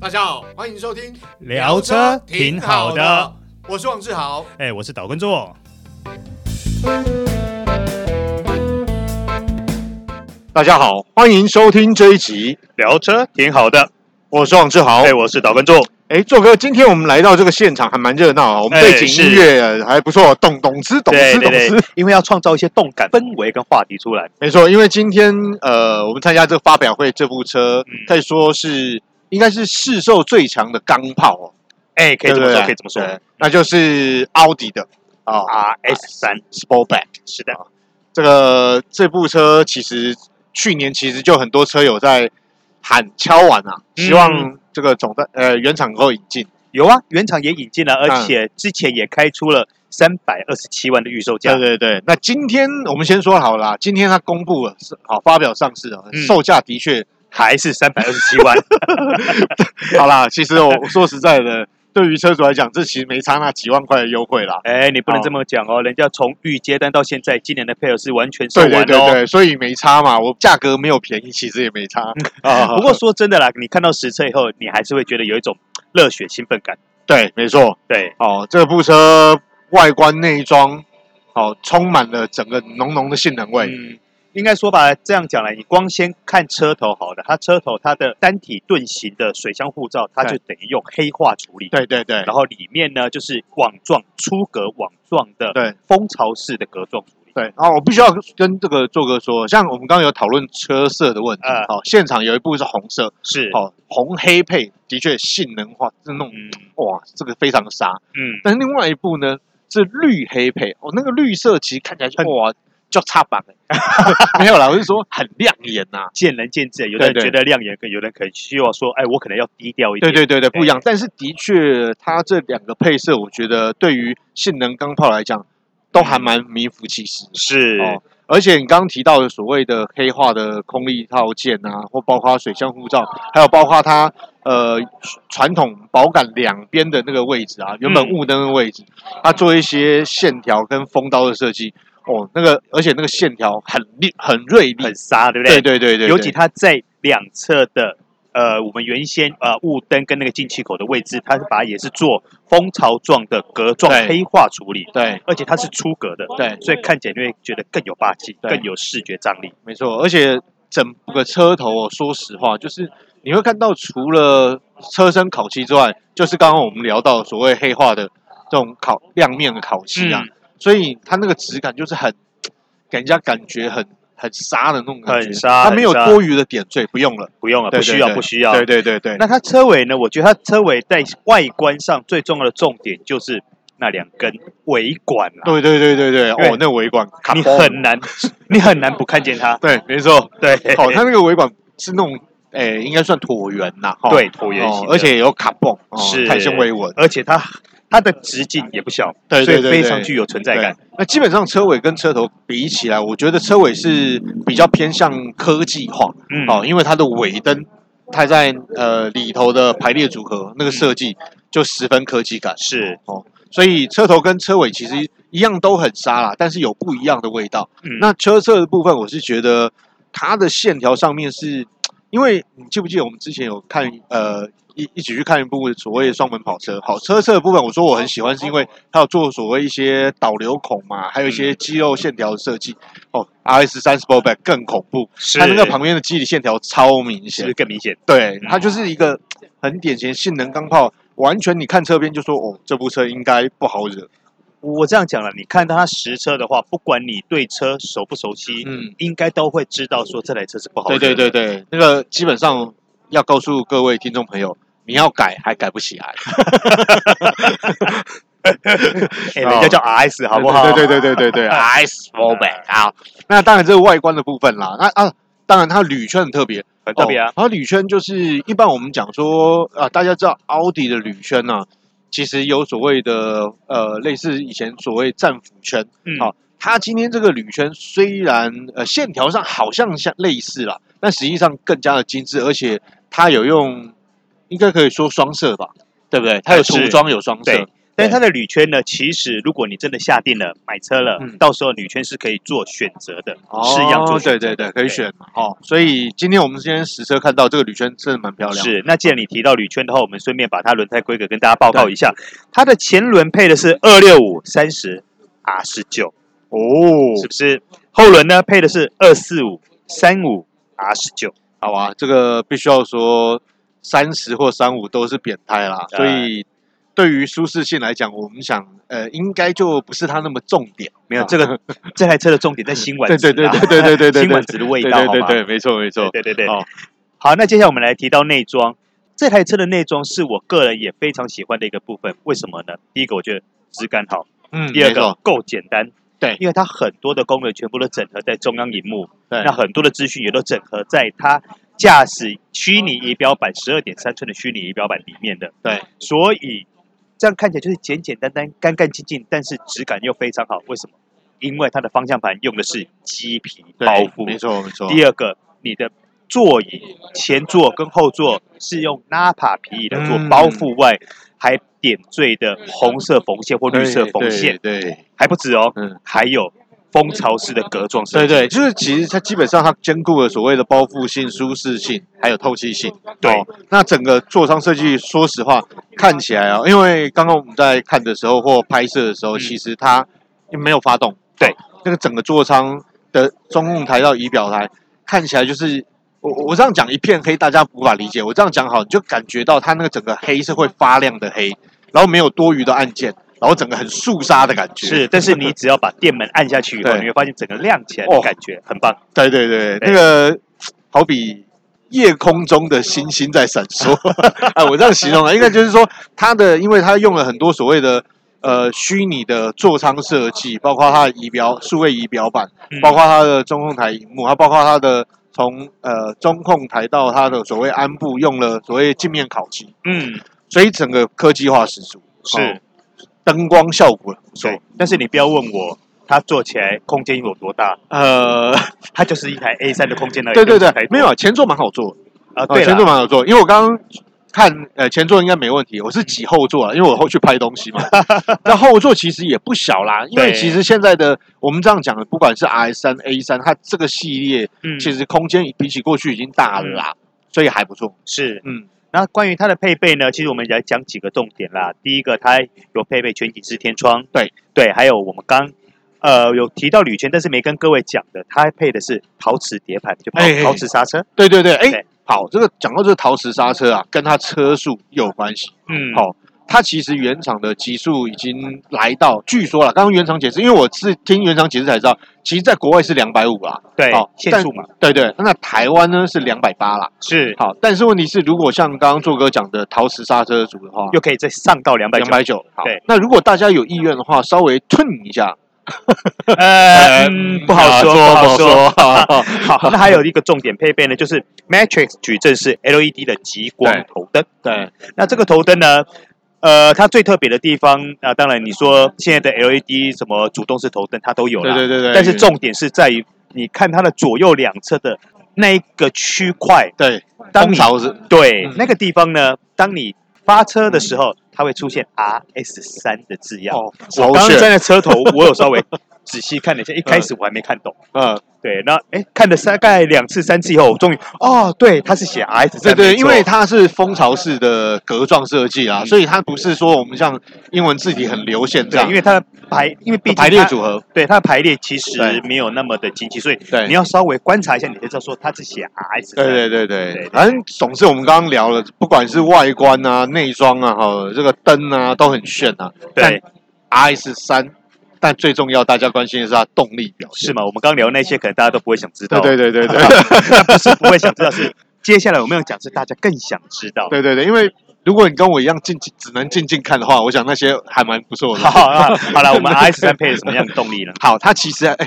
大家好，欢迎收听聊车挺好的，我是王志豪。哎、我是岛根座。大家好，欢迎收听这一集，聊车挺好的，我是王志豪。哎、我是岛根座。哎，做哥，今天我们来到这个现场还蛮热闹啊，我们哎背景音乐呃还不错，懂懂之懂对之对懂对之，因为要创造一些动感氛围跟话题出来。没错。因为今天呃，我们参加这个发表会，这部车嗯可以说是应该是市售最强的钢炮哦，哎，可以这对不么说，对可以这么说。对那就是奥迪的啊 R S 三， Sportback。是的，这个这部车其实去年其实就很多车友在喊敲完啊，嗯希望这个总代呃原厂能够引进。有啊，原厂也引进了，嗯而且之前也开出了三百二十七万的预售价对。对对，那今天我们先说好了啦，今天它公布了是好发表上市了，啊嗯售价的确、还是三百二十七 万，好啦。其实我说实在的，对于车主来讲，这其实没差那几万块的优惠啦。哎，你不哦能这么讲哦，人家从预接单到现在，今年的配额是完全售对完对对哦。对，所以没差嘛，我价格没有便宜，其实也没差啊。不过说真的啦，你看到实车以后，你还是会觉得有一种热血兴奋感。对，没错，对，哦，这部车外观内装，哦，充满了整个浓浓的性能味。嗯，应该说吧，这样讲来，你光先看车头好了，它车头它的单体盾形的水箱护罩，它就对等于用黑化处理。对对对，然后里面呢就是网状出格网状的对蜂巢式的格状处理。对，然后我必须要跟这个做哥说，像我们刚刚有讨论车色的问题，嗯哦，现场有一部是红色，是，哦，红黑配的确性能化，是那种嗯哇，这个非常杀。嗯，但是另外一部呢是绿黑配，哦，那个绿色其实看起来就哇，就差版了， 没有啦，我是说很亮眼呐、见仁见智，啊有的人对对觉得亮眼，跟有的人可能希望说，哎，我可能要低调一对点。对对对，对不一样。但是的确，它这两个配色，我觉得对于性能钢炮来讲，都还蛮名副其实。嗯是，哦，而且你刚刚提到的所谓的黑化的空力套件啊，或包括水箱护罩，还有包括它呃传统保杆两边的那个位置啊，原本嗯雾灯的位置，它做一些线条跟风刀的设计。哦，那个而且那个线条很利很锐利很，杀，对不对对？对对对，尤对其它在两侧的。呃，我们原先呃雾灯跟那个进气口的位置，它是把它也是做蜂巢状的格状对黑化处理，对而且它是出格的，对所以看起来你会觉得更有霸气，对更有视觉张力。没错，而且整个车头哦，说实话，就是你会看到除了车身烤漆之外，就是刚刚我们聊到所谓黑化的这种烤亮面的烤漆啊，嗯所以它那个质感就是很给人家感觉很很沙的那种感觉，很沙它没有很沙多余的点缀，不用了，不用了，对不需要，对不需要。对对对对，那它车尾呢？我觉得它车尾在外观上最重要的重点就是那两根尾管啦、对对对对对，对哦，那尾管卡你嘣很难，你很难不看见它。对，没错，对，哦，它那个尾管是那种。诶，应该算椭圆呐，哈，对椭圆哦形的而且有卡泵，哦是碳纤维纹，而且它它的直径也不小，对对对所以非对常具有存在对，感。那基本上车尾跟车头比起来，我觉得车尾是比较偏向科技化、嗯，哦，因为它的尾灯，它在呃里头的排列组合那个设计就十分科技感，哦是，所以车头跟车尾其实一样都很沙啦，但是有不一样的味道。嗯那车侧的部分，我是觉得它的线条上面是，因为你记不记得我们之前有看呃一一起去看一部所谓的双门跑车？好，车侧的部分我说我很喜欢，是因为它有做所谓一些导流孔嘛，还有一些嗯肌肉线条的设计。哦，R S 三 Sportback 更恐怖，是它那个旁边的肌理线条超明是显不是，更明显？对，它就是一个很典型的性能钢炮，完全你看车边就说哦，这部车应该不好惹。我这样讲了，你看到它实车的话，不管你对车熟不熟悉，嗯，应该都会知道说这台车是不好对惹的。对对对，那个基本上要告诉各位听众朋友，你要改还改不起来，对，哎，人家叫 RS 好不好？哦嗯对对对对对对 i c e m o b i l 啊。那当然这是外观的部分啦，那啊，当然它铝圈很特别，很特别啊哦。然后铝圈就是一般我们讲说啊，大家知道奥迪的铝圈呢、其实有所谓的呃，类似以前所谓战斧圈。嗯好它今天这个铝圈虽然呃线条上好像像类似啦，但实际上更加的精致，而且它有用，应该可以说双色吧，对不对？它有涂呃是装有双色对，但是它的铝圈呢，其实如果你真的下定了买车了，嗯到时候铝圈是可以做选择的，哦是一样做选对择对对，的可以。选嘛哦。所以今天我们今天实车看到这个铝圈真的蛮漂亮的，是，那既然你提到铝圈的话，我们顺便把它轮胎规格跟大家报告一下。它的前轮配的是二六五三十 R 十九，哦，是不是？后轮呢配的是二四五三五 R 十九，好啊，这个必须要说三十或三五都是扁胎啦，对所以对于舒适性来讲，我们想呃应该就不是它那么重点。没有这 个这台车的重点在新丸对子对啦，对对对对对对，新丸子的味对道，对好吗对对，没错没错。对对对。哦好，那接下来我们来提到内装。这台车的内装是我个人也非常喜欢的一个部分，为什么呢？第一个，我觉得质感好；嗯，第二没个错，够简单，对因为它很多的功能全部都整合在中央荧幕， 对那很多的资讯也都整合在它驾驶虚拟仪表板十二点三寸的虚拟仪表板里面的，对，所以这样看起来就是简简单单、干干净净，但是质感又非常好。为什么？因为它的方向盘用的是麂皮对包覆，没错没错。第二个，你的座椅前座跟后座是用 Napa 皮椅来做嗯包覆外，还点缀的红色缝线或绿色对缝线，，对对还不止哦，嗯还有蜂巢式的格状设对计。对，就是其实它基本上它兼顾了所谓的包覆性、舒适性，还有透气性。对哦那整个座舱设计，说实话看起来啊，因为刚刚我们在看的时候或拍摄的时候，嗯其实它没有发动，对哦，那个整个座舱的中控台到仪表台看起来就是。我我我这样讲一片黑，大家无法理解。我这样讲好，你就感觉到它那个整个黑是会发亮的黑，然后没有多余的按键，然后整个很肃杀的感觉。是，但是你只要把电门按下去以后，对你会发现整个亮起来的哦感觉很棒。对对对，对那个好比夜空中的星星在闪烁， 哎，我这样形容啊，应该就是说它的，因为它用了很多所谓的呃虚拟的座舱设计，包括它的仪表数位仪表板，嗯包括它的中控台荧幕，还包括它的从呃中控台到它的所谓安部用了所谓镜面烤漆，嗯，所以整个科技化十足，是哦灯光效果很不错对，。但是你不要问我。它坐起来空间有多大？呃，它就是一台 A 3的空间而已。对对不对是哎太，多没有啊前座蛮好坐的。啊，哦对前了座，蛮好坐，因为我刚刚看，呃，前座应该没问题，我嗯是挤后座啊，因为我后去拍东西 嘛。那后座其实也不小啦，因为对其实现在的我们这样讲的，不管是 R 三、A 三，它这个系列嗯，其实空间比起过去已经大了啦，所以还不错。是嗯，那关于它的配备呢，其实我们来讲几个重点啦。第一个，它有配备全景式天窗，对对，还有我们刚呃有提到铝圈，但是没跟各位讲的，它配的是陶瓷碟盘，就陶哎哎陶瓷刹车。对对对，哎、对好，这个讲到这个陶瓷刹车啊，跟它车速也有关系。嗯哎好它其实原厂的级数已经来到，据说了，刚刚原厂解释，因为我是听原厂解释才知道，其实在国外是两百五啦，对好，限但速嘛，对对，那台湾呢是两百八啦。是好，但是问题是，如果像刚刚做哥讲的陶瓷刹车组的话，又可以再上到两百两九，百九。好对，那如果大家有意愿的话，稍微吞一下，呃，嗯不啊好说，不好说。哦 好， 那还有一个重点配备呢，就是 Matrix 矩阵式 LED 的极光对头灯。嗯对，那这个头灯呢，呃，它最特别的地方啊、当然你说现在的 LED 什么主动式头灯它都有对了，对对对。但是重点是在于你看它的左右两侧的那一个区块，对当当你潮是，对、嗯那个地方呢，当你发车的时候，它会出现 RS 三的字样。哦，我潮刚刚炫，站在车头，我有稍微仔细看了一下，一开始我还没看 懂。嗯，对，那哎，看了大概两次、三次以后，我终于哦，对，它是写 RS 对三，对，没错因为它是蜂巢式的格状设计啦，嗯所以它不是说我们像英文字体很流线这对，样，因为它的排，因为毕竟排列它组合，对它的排列其实对没有那么的精细，所以对你要稍微观察一下，你才知道说它是写 RS 三。对对对对对对，反正总之我们刚刚聊了，不管是外观啊、内装啊，哈，这个灯啊都很炫啊。对， R S 三，但最重要大家关心的是它动力表现。是吗？我们刚聊那些，可能大家都不会想知道，对对对对对 不是不会想知道，是接下来我们要讲是大家更想知道。 对对对，因为如果你跟我一样静静只能静静看的话，我想那些还蛮不错的。 好，好好了，我们 RS 三配了什么样的动力呢？好，它其实哎，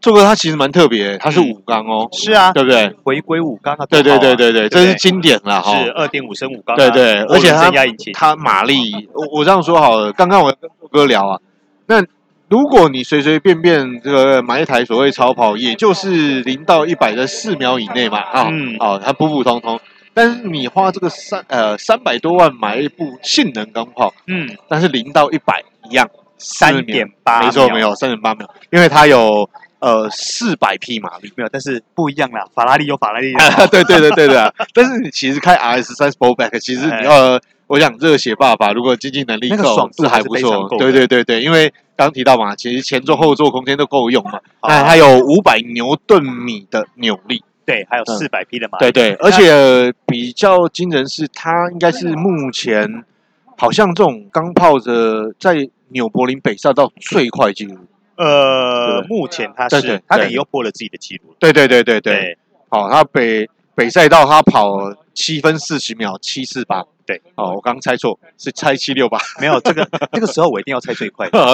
做哥它其实蛮特别，它是嗯五缸哦，是啊，对不对？回归五缸啊，对多对好啊对对对，这是对经典了哈。是二点五升五缸啊，哦对对，而且涡轮它增压引擎，它马力， 我我这样说好了，刚刚我跟豆哥聊啊，那如果你随随便便这个买一台所谓超跑，也就是零到一百的四秒以内嘛，啊、嗯哦，它普普通通。但是你花这个三呃三百多万买一部性能钢炮，嗯，但是零到一百一样，三点八，没错没，有三点八秒，因为它有呃四百匹马力。没有，但是不一样啦，法拉利有法拉利的，啊， 对对对对对啊！但是你其实开 RS 三 Sportback，其实哎你呃，我想热血爸爸如果经济能力那个够爽，度是还还是不非常错够。的对对对对，因为刚提到嘛，其实前座后座空间都够用嘛，啊那它有五百牛顿米的扭力。对，还有嗯四百匹的马力，对对，而且呃比较惊人是，它应该是目前好像这种钢炮的在纽柏林北赛道最快记录。呃，对目前它对是对它等于对又破了自己的记录了，对对对对对，，好、它北北赛道它跑七分四十秒七四八。对，哦，我刚猜错，是猜七六八。没有这个这个时候我一定要猜最快 的，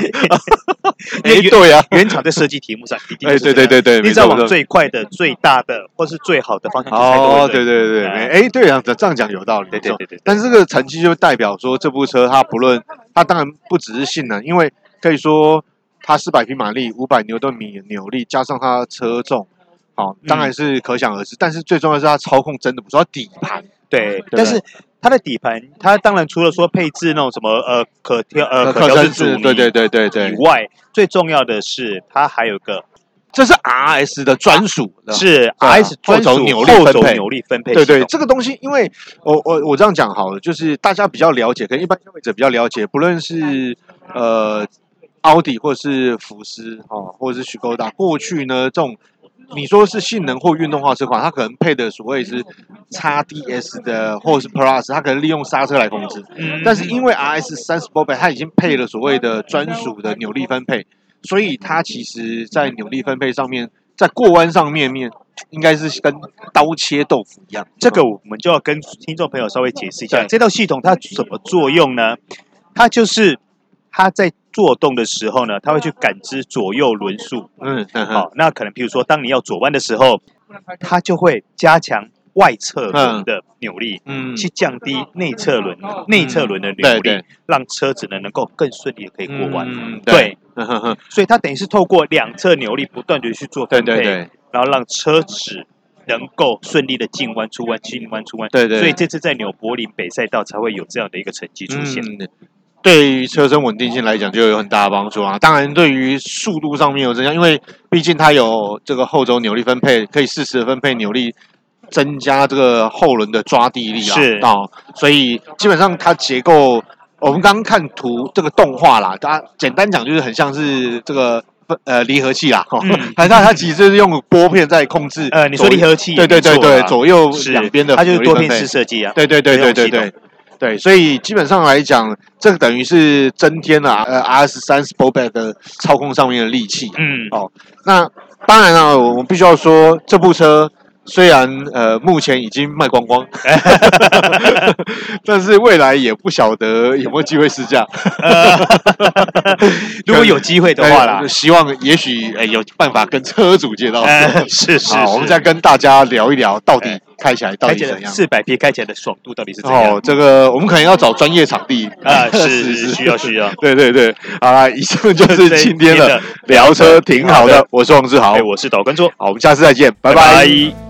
因哎为，原对呀、啊，原厂在设计题目上一定哎，是这对样对，对对，你没只要错往没错。最快的、最大的或是最好的方向去猜都哦会，对对对对，没哎，对啊，这样讲有道理，对没对错。对对，但是这个成绩就代表说，这部车它不论它当然不只是性能，因为可以说它四百匹马力、五百牛顿米扭力，加上它的车重，好、嗯当然是可想而知。但是最重要的是它操控真的不错，它底盘对，嗯对但是它的底盘，它当然除了说配置那种什么呃可调呃可调身整阻尼对对对对对以，外，最重要的是它还有个这是 RS 的专属的，是对啊 RS 专后属轴扭力后分轴配扭力分配系对统，对，这个东西，因为我我我这样讲好了，就是大家比较了解，可能一般消费者比较了解，不论是呃奥迪或是福斯哦，或者是许勾达，过去呢这种你说是性能或运动化车款，它可能配的所谓是 XDS 的或者是 Plus，它可能利用刹车来控制，嗯但是因为 RS 三 Sportback 它已经配了所谓的专属的扭力分配，所以它其实在扭力分配上面，在过弯上面面应该是跟刀切豆腐一样。这个我们就要跟听众朋友稍微解释一下，对这套系统它什么作用呢？它就是它在做动的时候呢，它会去感知左右轮速。嗯，嗯好、，那可能比如说，当你要左弯的时候，它就会加强外侧轮的扭力，嗯去降低内侧轮内侧轮的扭对力，对让车子呢能够更顺利的可以过弯。嗯对对，嗯哼哼所以它等于是透过两侧扭力不断的去做对分配，对对，然后让车子能够顺利的进弯、出弯、进弯、出弯。对对所以这次在纽柏林北赛道才会有这样的一个成绩出现。嗯对于车身稳定性来讲，就有很大的帮助啊！当然，对于速度上面有增加，因为毕竟它有这个后轴扭力分配，可以适时的分配扭力，增加这个后轮的抓地力啊。是哦，所以基本上它结构，我们刚刚看图这个动画啦，它简单讲就是很像是这个呃离合器啦。哈、嗯它它它其实就是用拨片在控制。呃，你说离合器也对没对错啦，对对，左右是两边的它就是扭力多分片配式设计啊。对对对这对种对系对统对，所以基本上来讲，这个等于是增添了呃 RS 三 Sportback 的操控上面的力气啊、 嗯，哦，那当然了，我们必须要说这部车。虽然呃目前已经卖光光， 但是未来也不晓得有没有机会试驾。 呃如果有机会的话啦呃，希望也许哎、有办法跟车主借到。呃，是是，哎好，我们再跟大家聊一聊到底开起来到开底起怎来样。四百匹开起来的爽度到底是怎样哦，？这个我们可能要找专业场地啊， 是是需要需要。对对对， 好啦，以上就是这今天的今天的聊车，挺好好的的。我是王志豪哎，，我是导观众，好，我们下次再见，拜拜拜。拜